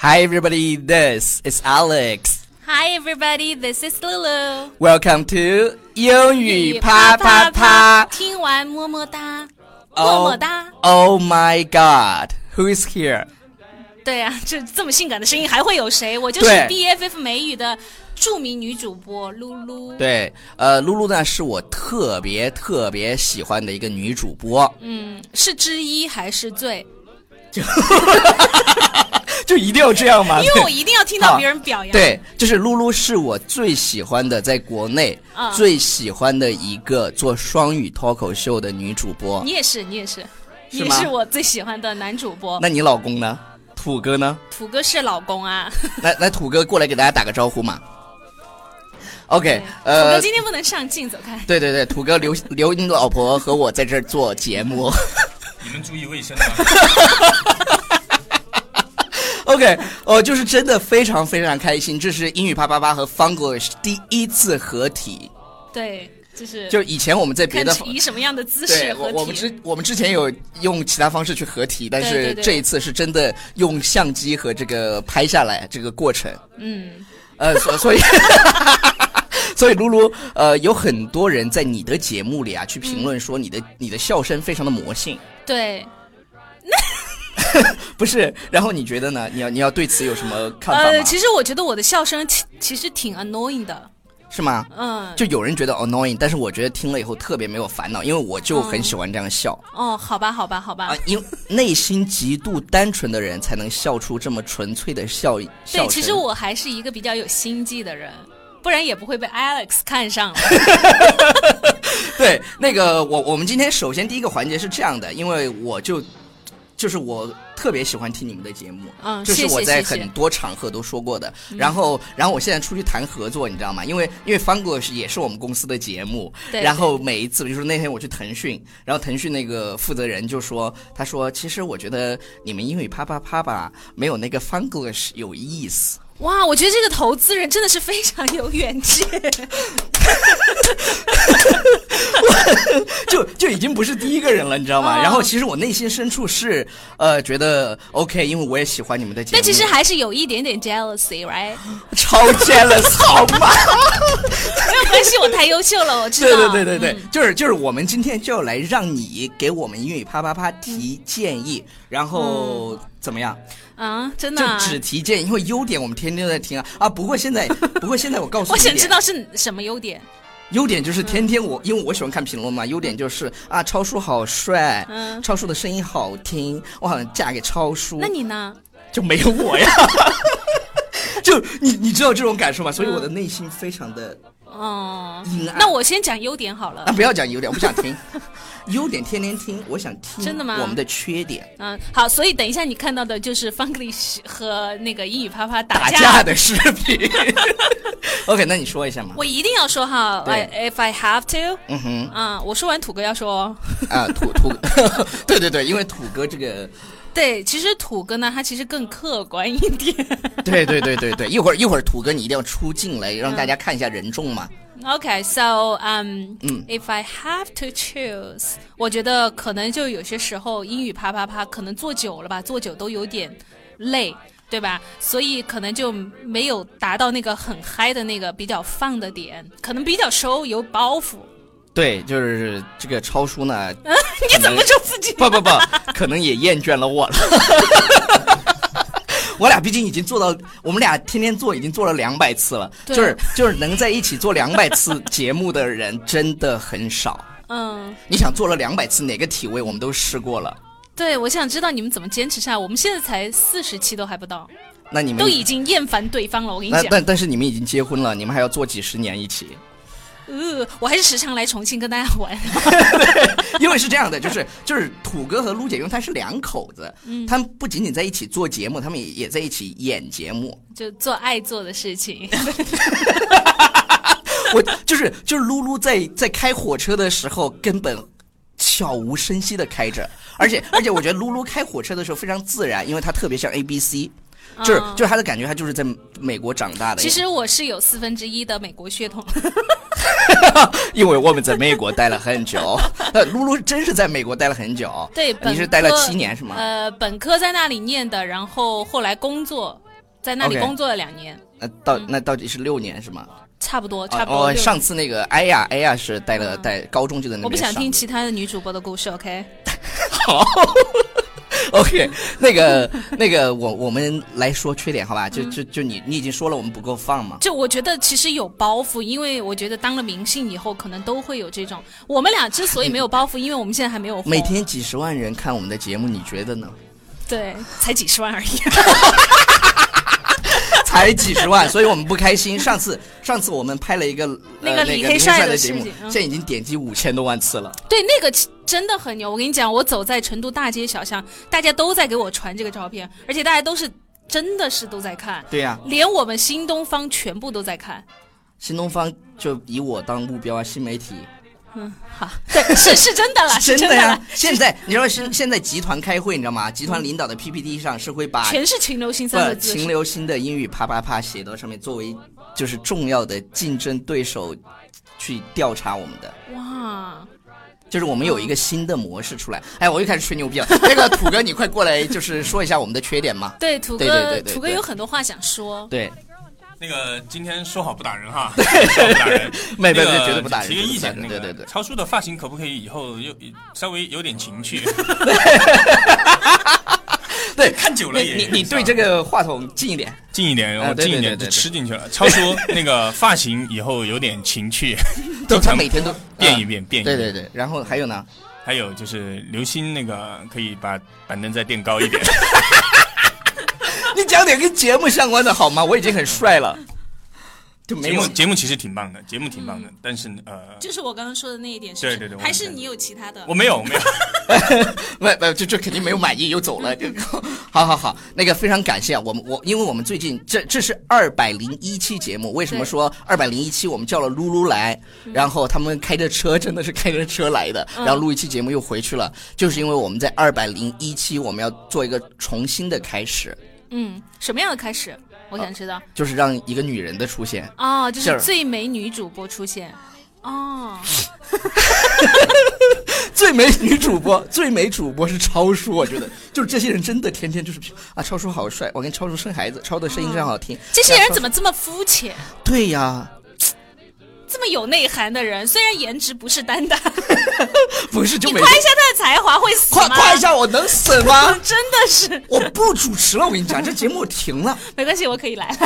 Hi everybody, this is Alex. Hi, everybody. This is Lulu. Welcome to 英语啪啪啪。听完么么哒，么么哒。 Oh my God, who is here? 对啊，这这么性感的声音还会有谁？我就是对 B F F 美语的著名女主播露露。对，呃，露露呢是我特别特别喜欢的一个女主播，嗯，是之一还是最？就一定要这样吗因为我一定要听到别人表扬。，啊对，就是露露是我最喜欢的，在国内、嗯最喜欢的一个做双语脱口秀的女主播。你也是，你也是，是你也吗是我最喜欢的男主播。那你老公呢？土哥呢？土哥是老公啊，来来，土哥过来给大家打个招呼嘛。OK，土呃哥，今天不能上镜，走开。对对对，土哥留留你老婆和我在这儿做节目。你们注意卫生啊！ OK，哦，就是真的非常非常开心，这是英语啪啪啪和 Funglish 第一次合体，对，就是就以前我们在别看的。以什么样的姿势对，合我体。我们之我们之前有用其他方式去合体，但对是对对这一次是真的用相机和这个拍下来这个过程，嗯，呃，所所以 所以露露，呃，有很多人在你的节目里啊去评论说嗯你的、你的笑声非常的魔性，对。不是？然后你觉得呢？你要你要对此有什么看法吗？呃，其实我觉得我的笑声其其实挺 annoying 的，是吗？嗯，就有人觉得 annoying，但是我觉得听了以后特别没有烦恼，因为我就嗯很喜欢这样笑、哦，好吧，好吧，好吧啊，，因为内心极度单纯的人才能笑出这么纯粹的笑笑声。对，其实我还是一个比较有心计的人，不然也不会被 Alex 看 上了。对那个我我们今天首先第一个环节是这样的，因为我就就是我特别喜欢听你们的节目，嗯这是我谢谢在谢谢嗯很多场合都说过的。然后然后我现在出去谈合作，你知道吗？因为因为 Funglish 也是我们公司的节目，对然后每一次，比如说那天我去腾讯，然后腾讯那个负责人就说，他说其实我觉得你们英语啪啪啪吧，没有那个 Funglish 有意思。哇，我觉得这个投资人真的是非常有远见， 就就已经不是第一个人了，你知道吗？哦然后其实我内心深处是呃觉得 OK，因为我也喜欢你们的节目，但其实还是有一点点 jealousy，right？超 jealous 好 吗？没有关系，我太优秀了，我知对对道。对对对，嗯就是就是我们今天就要来让你给我们英语啪啪啪提建议，然后、嗯怎么样？啊，真的就啊。只提建议，因为优点我们天天都在听啊啊！不过现在 不过现在我告诉你，我想知道嗯是什么优点，优点就是天天我，因为我喜欢看评论嘛，优点就是啊，超叔好帅，嗯超叔的声音好听，我好想嫁给超叔。那你呢？就没有我呀？ 就你你知道这种感受吗？所以我的内心非常的，哦阴暗，那我先讲优点好了啊，。不要讲优点，我不想 听。优点天天听，我想听真的吗我们的缺点，嗯，好，所以等一下你看到的就是 Funglish 和那个英语啪啪打架。架的视 频。OK，那你说一下嘛。我一定要说哈对，I if I have to，嗯哼，嗯，我说完土哥要说哦，啊，土土， 对对对，因为土哥这 个，对，其实土哥呢，他其实更客观一点。 对对对对对，一会儿一会儿土哥你一定要出镜来，让大家看一下人众嘛。 OK，so、um，嗯 i f I have to choose，我觉得可能就有些时候英语啪啪啪，可能做久了吧，做久都有点累，对吧？所以可能就没有达到那个很嗨的那个比较放的点，可能比较收有包袱。对，就是这个超叔 呢，你怎么就自己？ 不不不，可能也厌倦了我了。 我俩毕竟已经做到，我们俩天天做已经做了两百次了，对就是就是能在一起做两百次节目的人真的很少。嗯。你想做了两百次，哪个体位我们都试过了，对，我想知道你们怎么坚持下来。我们现在才四十期都还不到，那你们都已经厌烦对方了。我跟嗯你那讲，但但是你们已经结婚了，你们还要做几十年一起。呃，我还是时常来重庆跟大家玩。因为是这样的，就是 就是土哥和陆姐，因为他是两口子，嗯他们不仅仅在一起做节目，他们也也在一起演节目。就做爱做的 事情。哎我就是就是露露在在开火车的时候根本悄无声息的开着，而且而且我觉得露露开火车的时候非常自然，因为她特别像 A B C，就是嗯就是她的感觉，她就是在美国长大的。其实我是有四分之一的美国 血统，因为我们在美国待了很 久，呃，露露真是在美国待了很久。对，本你是待了科呃七年是吗？呃，本科在那里念的，然后后来工作在那里 OK 工作了两年，那到那到底是六年是吗？差不多，啊嗯差不多哦，六上次那个哎呀哎呀是待了嗯待高中就在那边上。我不想听其他的女主播的故事，OK？好 ，OK，那个那个我我们来说缺点好吧？嗯就就就你你已经说了我们不够放嘛。就我觉得其实有包袱，因为我觉得当了明星以后，可能都会有这种。我们俩之所以没有包袱，因为我们现在还没有红每天几十万人看我们的节目，你觉得呢？对才几十万而已。啊才几十万，所以我们不开心。上次上次我们拍了一个呃那那个个李李黑黑帅的的事节目情，现嗯在已经点击五千多万次了。对，那个其真的很牛。我跟你讲，我走在成都大街小巷，大家都在给我传这个照片，而且大家都是真的是都在看，对呀、连我们新东方全部都在看。新东方就以我当目标啊，新媒体嗯，好， 对，是是真的 啦，是真真的啦，呀。现在你知道现现在集团开会你知道吗？集团领导的 PPT 上是会把全是秦啊流星三把个字。秦流星的英语啪啪啪写到上面，作为就是重要的竞争对手去调查我们的。哇，就是我们有一个新的模式出来，哎，我又开始吹牛逼了。那个土哥，你快过来，就是说一下我们的缺点 嘛。对，土对对哥对，对土哥对有很多话想说。对，那个今天说好不打 人哈，说好不打人，没没那没，个绝对不打人，提个绝意不打见，人那对个对对。超叔的发型可不可以以后又稍微有点 情趣？对看久了你也你 你对这个话筒近一点，近一点，啊我对近一对点对对对就吃进去了。超叔那个发型以后有点情趣， 对经他常每天都变一嗯变，变一对变。对对，然后还有呢，还有就是刘星那个可以把板凳再垫高一点。你讲点跟节目相关的好吗？我已经很帅了，就 没节有嗯目节目其实挺棒的，节目挺棒的，但是呃，就是我刚刚说的那一点，是不是？对对对我还是明白你有其他的我？没有我没有。不不，就就肯定没有满意，又走了。这个 好好好，那个非常感谢啊，我们我因为我们最近这这是二百零一期节目，为什么对说二百零一期我们叫了噜噜来，然后他们开着车真的是开着车来的，嗯然后录一期节目又回去了，就是因为我们在二百零一期我们要做一个重新的开始，嗯，什么样的开始？我想知道。就是让一个女人的出现。 哦，就劲是儿嗯最美女主播出现。哦，最美女主播，最美主播是超叔，我觉得就是这些人真的天天就是啊，超叔好帅，我跟超叔生孩子，超的声音真好听。这些人怎么么这么肤浅，对呀？这么有内涵的人？虽然颜值不是 担当，不是就你每夸一下他的才华会死夸吗？？夸一，下我能死吗 真的是我不主持了，我跟你讲，这节目我停了。没关系，我可以来。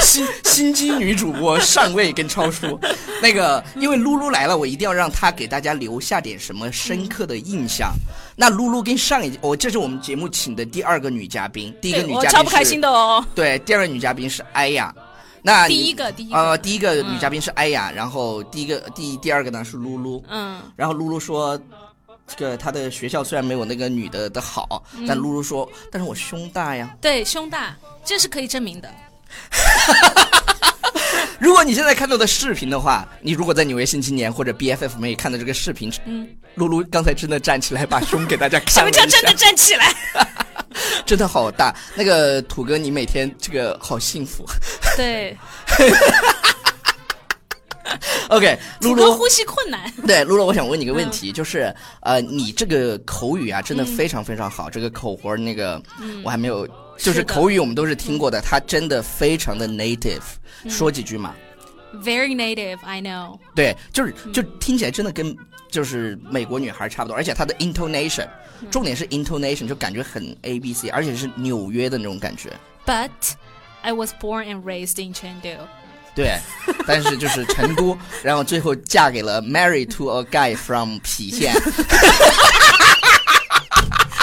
心心机女主播上位跟超叔，那个因为露露来了，我一定要让她给大家留下点什么深刻的印象。嗯那露露跟上一我、这是我们节目请的第二个女嘉宾，第一个对女嘉我宾超不开心的。的哦。对，第二个女嘉宾是哎呀，那你第一个第一个呃第一个女嘉宾是哎呀，然后第一个第第二个呢是露露，嗯，然后露露说，这个她的学校虽然没有那个女的的好，嗯但露露说，但是我胸大呀。对，胸大，这是可以证明的。如果你现在看到的视频的话，你如果在纽约新青年或者 BFF 妹看到这个视频，嗯，露露刚才真的站起来把胸给大家什看了么一叫下，真的站起来？ 真的好大。那个土哥，你每天这个好幸福。对， OK，露土哥露呼吸困难。 对，露露，我想问你个问题，就是呃，你这个口语啊，真的非常非常好，这个口活儿那个、我还没有，嗯就是嗯是的口语我们都是听过的，它真的非常的 native，、说几句嘛。 Very native, I know。对，就是就听起来真的跟就是美国女孩差不多，而且她的 intonation，重点是 intonation，就感觉很 A B C，而且是纽约的那种感觉。 But I was born and raised in Chengdu。 对，但是就是成 都，然后最后嫁给了 married to a guy from 郫县。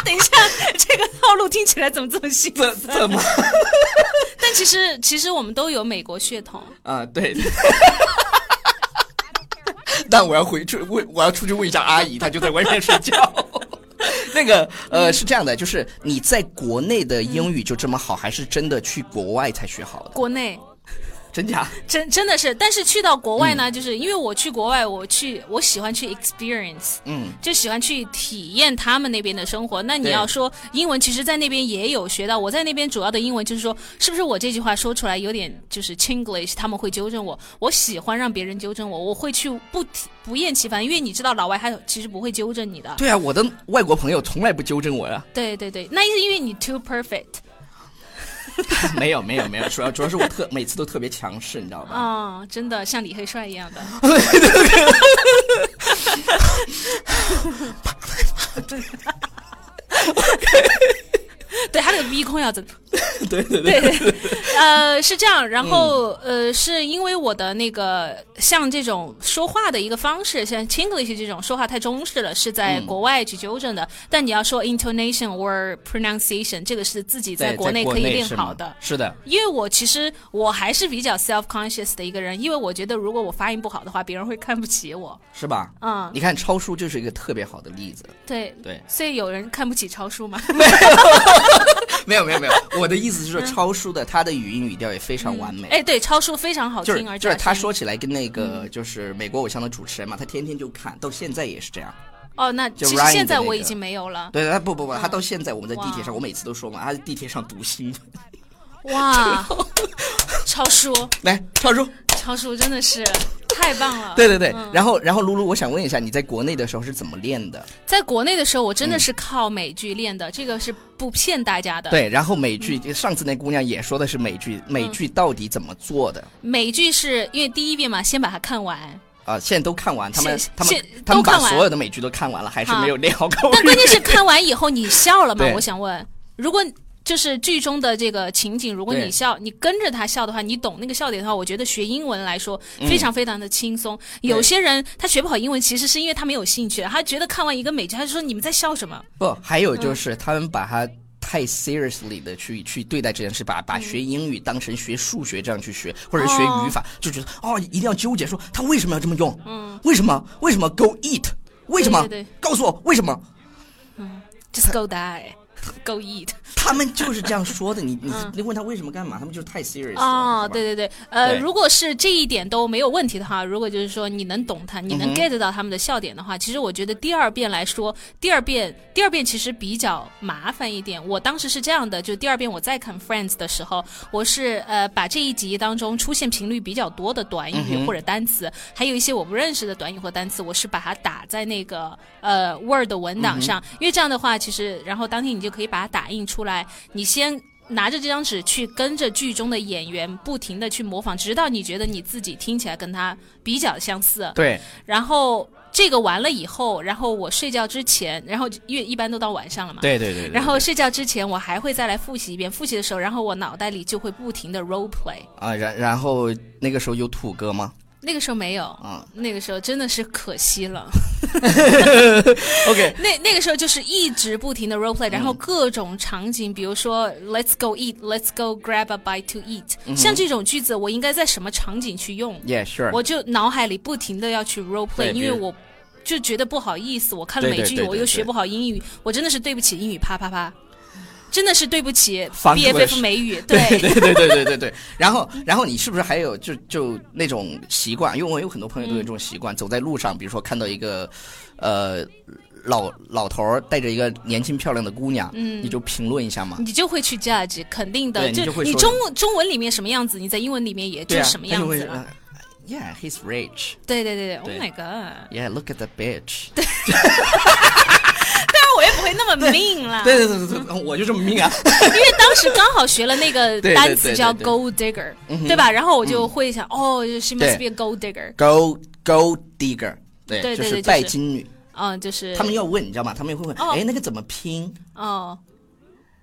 等一下，这个套路听起来怎么这么兴奋？怎么？但其实其实我们都有美国血统。啊，对。 但我要回去问，我要出去问一下阿姨，她就在外面睡觉。 那个呃，是这样的，就是你在国内的英语就这么好，还是真的去国外才学好的？国内真假？真真的是，但是去到国外呢，嗯就是因为我去国外，我去我喜欢去 experience，嗯，就喜欢去体验他们那边的生活。那你对要说英文，其实，在那边也有学到。我在那边主要的英文就是说，是不是我这句话说出来有点就是 Chinglish，他们会纠正我。我喜欢让别人纠正我，我会去不提不厌其烦，因为你知道老外他其实不会纠正你的。对啊，我的外国朋友从来不纠正我呀、 对对对，那是因为你 too perfect。没有没有没有，主要主要是我特每次都特别强势，你知道吧？啊、真的像李黑帅一样的。对他那个鼻孔要怎？ 对对对对，呃，是这样。然后、呃，是因为我的那个像这种说话的一个方式，像 Chinglish 这种说话太中式了，是在国外去纠正的。但你要说 intonation or pronunciation，这个是自己在在国内国可以内练是吗好的。是的，因为我其实我还是比较 self conscious 的一个人，因为我觉得如果我发音不好的话，别人会看不起我。是吧？嗯，你看超叔就是一个特别好的例子。对对所以有人看不起超叔嘛？没有没有没有，我的意思是说，超叔的他的语音语调也非常完美。哎，对，超叔非常好就听，而是且就是他说起来跟那个嗯就是美国偶像的主持人嘛，他天天就看，到现在也是这样。哦，那就其实 Ryan 现在的那我个已经没有了。对，他不不不，他到现在我们在哇地铁上，我每次都说嘛，他在地铁上读新闻。 哇，超叔，来，超叔，超叔真的是太棒嗯了。对对对。嗯然后然后，露露，我想问一下，你在国内的时候是怎么练的？在国内的时候，我真的是靠美剧练的，这个是不骗大家嗯的。，对，然后美剧，嗯上次那姑娘也说的是美剧，美剧到底怎么做的？美剧是因为第一遍嘛，先把它看完，啊，现在都看完，他们现他们现他们都看把完所有的美剧都看完了，还是没有练好口 但语关。键是看完以后你笑了吗对？我想问，如果就是剧中的这个情景，如果对你笑，你跟着他笑的话，你懂那个笑点的话，我觉得学英文来说嗯非常非常的轻松。有些人他学不好英文，其实是因为他没有兴趣，他觉得看完一个美剧，他就说你们在笑什么？不，还有就是他们把它太 seriously 的去去对待这件事，把把学英语当成学数学这样去学，或者学嗯哦语法，就觉得哦，一定要纠结说他为什么要这么用，嗯，为什么为什么 go eat，为什么对对对告诉我为什么？ Just go die, go eat。他们就是这样说的，你你你问他为什么干嘛，他们就是太 serious 了嗯哦，是吧对对对，呃，对如果是这一点都没有问题的话，如果就是说你能懂它，你嗯能 get 到他们的笑点的话，其实我觉得第二遍来说，第二遍第二遍其实比较麻烦一点。我当时是这样的，就第二遍我再看 Friends 的时候，我是呃把这一集当中出现频率比较多的短嗯语或者单词，还有一些我不认识的短语或单词，我是把它打在那个呃 Word 的文嗯档上，因为这样的话，其实然后当天你就可以把它打印出来，你先。拿着这张纸去跟着剧中的演员不停的去模仿，直到你觉得你自己听起来跟他比较相似。对，然后这个完了以后，然后我睡觉之前，然后因为一般都到晚上了嘛，对对对对然后睡觉之前我还会再来复习一遍。复习的时候，然后我脑袋里就会不停的 role play。啊，然然后那个时候有土哥吗？那个时候没有，啊那个时候真的是可惜了。 ，OK，那那个时候就是一直不停的 role 嗯 play，然后各种场景，比如说 Let's go eat，Let's go grab a bite to eat，、像这种句子，我应该在什么场景去用？ yeah 嗯 sure，我就脑海里不停的要去 role 对 play，比因如为我就觉得不好意思，我看了对对美剧，对对我又学不好英语，我真的是对不起英语，啪啪啪，真的是对不起反过来 BFF 是 美语，对对对对对对对。然后，然后你是不是还有就就那种习惯？因为我有很多朋友都有这种习嗯惯，走在路上，比如说看到一个，呃，老老头儿带着一个年轻漂亮的姑娘，嗯，你就评论一下嘛。你就会去 judge，肯定的，对你就会你说中文中文里面什么样子，你在英文里面也就对啊，什么样他就会子说了。呃 Yeah, he's rich. 对对对对，Oh 对 my god！ Yeah, look at the bitch. 但啊我也不会那么 mean 啦，对对对对对，我就这么 命啊！因为当时刚好学了那个 对对单词叫对对嗯 gold digger，对吧？然后我就会想，哦，she 对 must be a gold digger， Go, go digger. 对，对对就对是就是拜金女。嗯，就是他们要问，你知道吗？他们会问，哦哎，那个怎么拼？ 哦，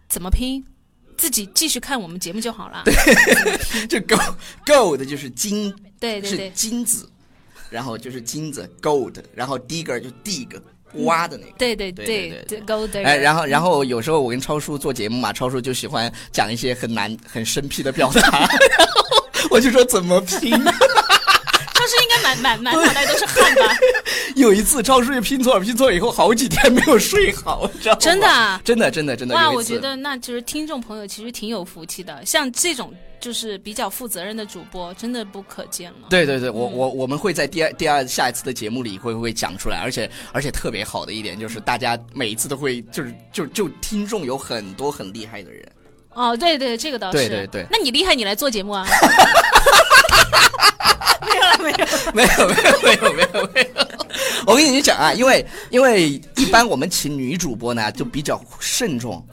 怎么拼？自己继续看我们节目就好了。就 go go 的就是金对对是对金子，然后就是金子 gold，然后 digger 就 dig 挖的那个。对对对对对嗯对，Gold Digger。哎，然后，然后有时候我跟超叔做节目嘛，超叔就喜欢讲一些很难、很生僻的表达， 然后我就说怎么拼。当时应该满满满脑袋都是汗 吧？有一次超叔就拼错，拼错以后好几天没有睡好，你知道吗？真的啊真的，真的，真的。哇，有一我次觉得那就是听众朋友其实挺有福气的，像这种就是比较负责任的主播，真的不可见了。对对对，嗯我我我们会在第二第二下一次的节目里会会讲出来，而且而且特别好的一点就是大家每一次都会就是就就听众有很多很厉害的人，哦，对对，这个倒是。对对对那你厉害，你来做节目啊？ 没有没有没有没有没有， 我跟你讲啊，因为因为一般我们请女主播呢就比较慎重，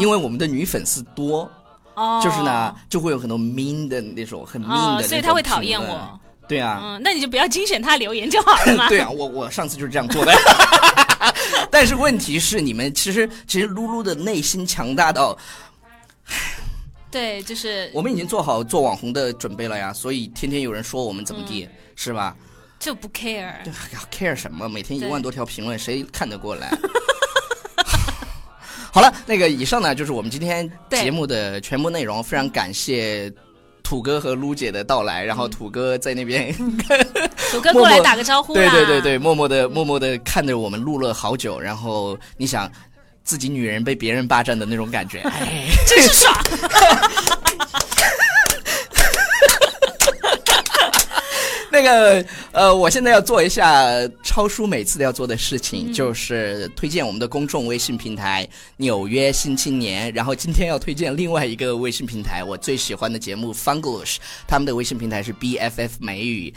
因为我们的女粉丝多。啊哦，就是呢，就会有很多 mean 的那种很 mean 的那哦，种所以他会讨厌评论我。。嗯对啊，嗯，那你就不要精选他留言就好了嘛。 对啊，我我上次就是这样做的。 但是问题是，你们其实其实露露的内心强大到，对，就是我们已经做好做网红的准备了呀，所以天天有人说我们怎么嗯地，是吧？就不 care。对哎呀，care 什么？每天一对万多条评论，谁看得过来？ 好了，那个以上呢就是我们今天对节目的全部内容，非常感谢。土哥和撸姐的到来，然嗯后土哥在那边，土哥默过来默打个 招呼啦。对对对对，默默的默默的看着我们录了好久，然后你想自己女人被别人霸占的那种感觉，哎，真是爽。 那个呃，我现在要做一下超叔每次都要做的事嗯情，就是推荐我们的公众微信平台《纽约新青年》，然后今天要推荐另外一个微信平台，我最喜欢的节目 Funglish，他们的微信平台是 BFF 美语，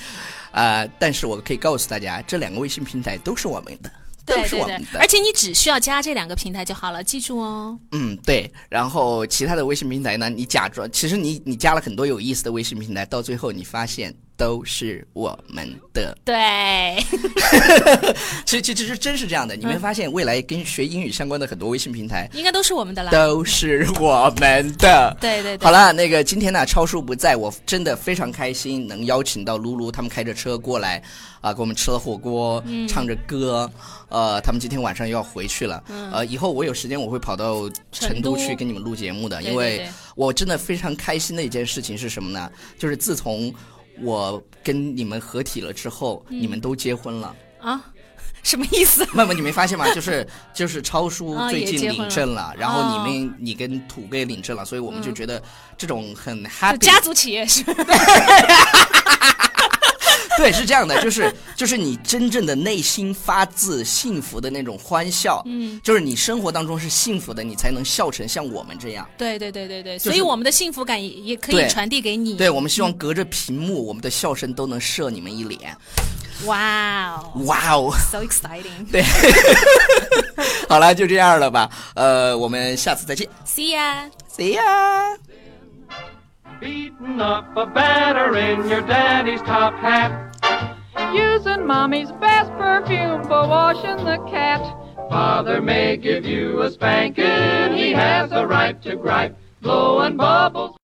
啊、但是我可以告诉大家，这两个微信平台都是我们的，都对是对我们对，的而。且你只需要加这两个平台就好了，记住哦。嗯，对。然后其他的微信平台呢，你假装其实你你加了很多有意思的微信平台，到最后你发现都是我们的。对，其实其实其实真是这样的，你嗯没发现未来跟学英语相关的很多微信平台应该都是我们的啦。都是我们的。对对对，好了，那个今天呢，超叔不在，我真的非常开心，能邀请到露露他们开着车过来，啊、给我们吃了火锅，嗯唱着歌，呃，他们今天晚上又要回去了，嗯呃，以后我有时间我会跑到成都成都去跟你们录节目的，对因对为对我真的非常开心的一件事情是什么呢？就是自从我跟你们合体了之后，嗯你们都结婚了。啊， 什么意思？ 妹妹，你没发现吗？就是就是超叔啊最近也结婚领了证了，然后哦你们你跟土哥也领证了，所以我们就觉得这种很就 happy。家族企业是 吧？ 对，是这样的，就是 就是你真正的内心发自幸福的那种欢笑，嗯，就是你生活当中是幸福的，你才能笑成像我们这样。对对对对对，就是所以我们的幸福感也也可对以传递给你。对，我们希望隔着屏幕，我们的笑声都能射你们一脸。哇哦哇哦！ ，so exciting！对，好了，就这样了吧。呃，我们下次再见 See ya。 ，See ya。 beating up a batter in your daddy's top hat. Using mommy's best perfume for washing the cat. Father may give you a spanking, he has a right to gripe, blowing bubbles.